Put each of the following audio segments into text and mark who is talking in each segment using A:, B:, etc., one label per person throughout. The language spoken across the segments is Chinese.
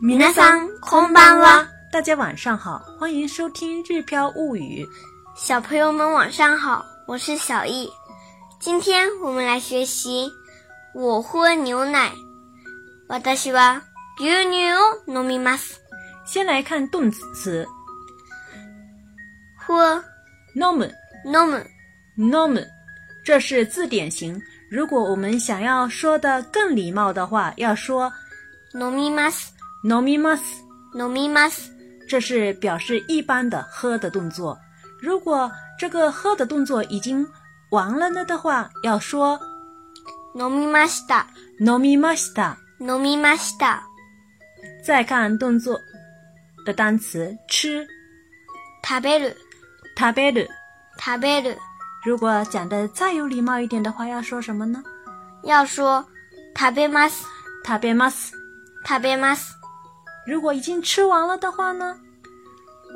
A: 皆さんこんばんは，
B: 大家晚上好，欢迎收听《日飘物语》。
A: 小朋友们晚上好，我是小易。今天我们来学习我喝牛奶。私は牛乳を飲みます。
B: 先来看动词
A: 喝、
B: nom
A: 飲む、
B: nom，这是字典型。如果我们想要说的更礼貌的话，要说
A: 飲みます、
B: nomimas，
A: 飲みます、
B: 这是表示一般的喝的动作。如果这个喝的动作已经完了呢的话，要说
A: 飲みました、
B: nomimasta。
A: 飲みました。
B: 再看动作的单词吃
A: 食べる、
B: taberu，
A: 食べる。
B: 如果讲的再有礼貌一点的话，要说什么呢
A: 要说食べます、
B: ？tabemas。
A: 食べます。
B: 如果已经吃完了的话呢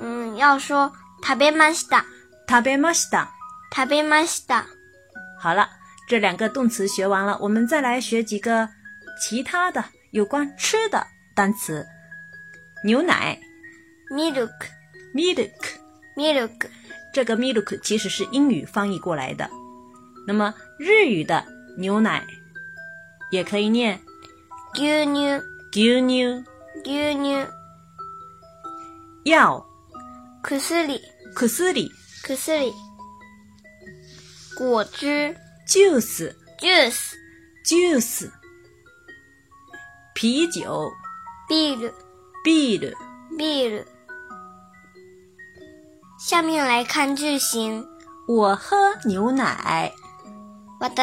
A: 嗯，要说食べました、
B: ？tabemasta。
A: 食べました。
B: 好了，这两个动词学完了，我们再来学几个其他的有关吃的单词。牛奶
A: ミルク、
B: milk，
A: ミルク。
B: 这个 milk 其实是英语翻译过来的。那么日语的牛奶也可以念
A: 牛乳、
B: 牛乳。
A: 牛乳。
B: 药
A: 薬、
B: 薬
A: 薬。果汁、
B: juice
A: ジュース、
B: juice，啤酒
A: ビール、
B: beer
A: ビール。下面来看句型。
B: 我喝牛奶。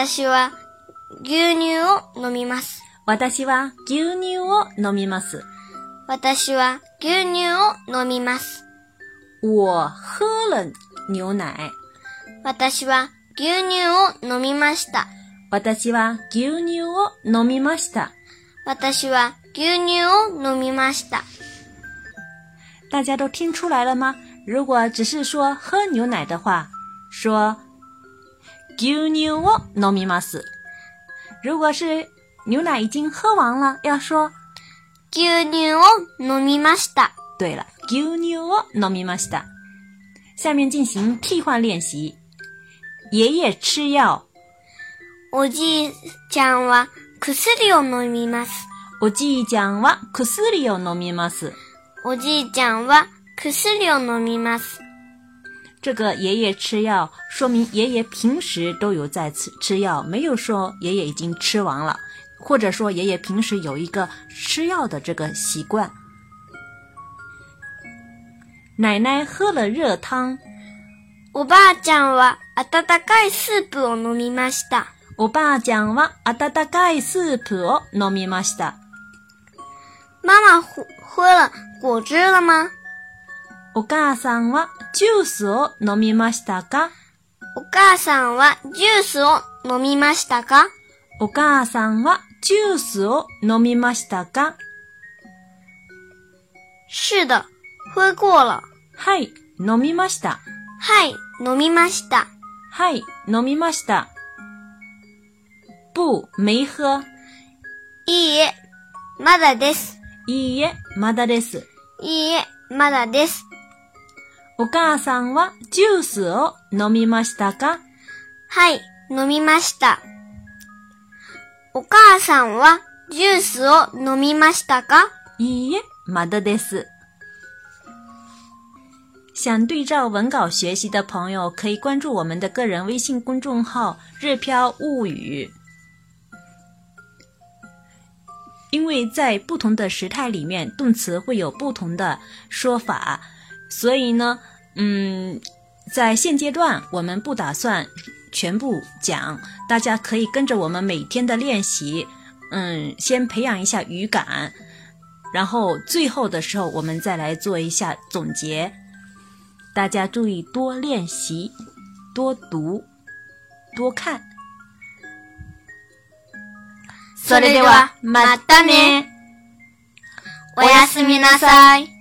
A: 私は牛乳を飲みます。
B: 私は牛乳を飲みます。
A: 私は牛乳を飲みます。
B: 我喝了牛奶。
A: 私は牛乳を飲みました。
B: 私は牛乳を飲みました。
A: 私は牛乳を飲みました。
B: 大家都听出来了吗？如果只是说喝牛奶的话，说牛乳を飲みます。如果是牛奶已经喝完了，要说
A: 牛乳を飲みました。
B: 对了，牛哦乳を飲みました。下面进行替换练习。爷爷吃药，
A: おじいちゃんは薬を飲みます。
B: おじいちゃんは薬を飲みます。
A: おじいちゃんは薬を飲みます。
B: 这个爷爷吃药，说明爷爷平时都有在吃吃药，没有说爷爷已经吃完了，或者说爷爷平时有一个吃药的这个习惯。奶奶喝了热汤，
A: おばあちゃんは温かいスープを飲みました。
B: おばあちゃんは温かいスープを飲みました。
A: 妈妈喝喝了果汁了吗？
B: お母さんはジュースを飲みましたか
A: お母さんはジュースを飲みましたか
B: お母さんはジュースを飲みましたか
A: 是的，喝过了。
B: はい、飲みました。
A: はい、飲みました。
B: はい、飲みました。不、没喝。
A: いいえ、まだです。
B: いいえ、まだです。
A: いいえ、まだです。
B: お母さんはジュースを飲みましたか
A: はい、飲みました。お母さんはジュースを飲みましたか
B: いいえ、まだです。想对照文稿学习的朋友，可以关注我们的个人微信公众号“日飘物语”。因为在不同的时态里面，动词会有不同的说法，所以呢，嗯，在现阶段我们不打算全部讲，大家可以跟着我们每天的练习，嗯，先培养一下语感，然后最后的时候，我们再来做一下总结。大家注意多练习，多读，多看。
A: それではまたね。おやすみなさい。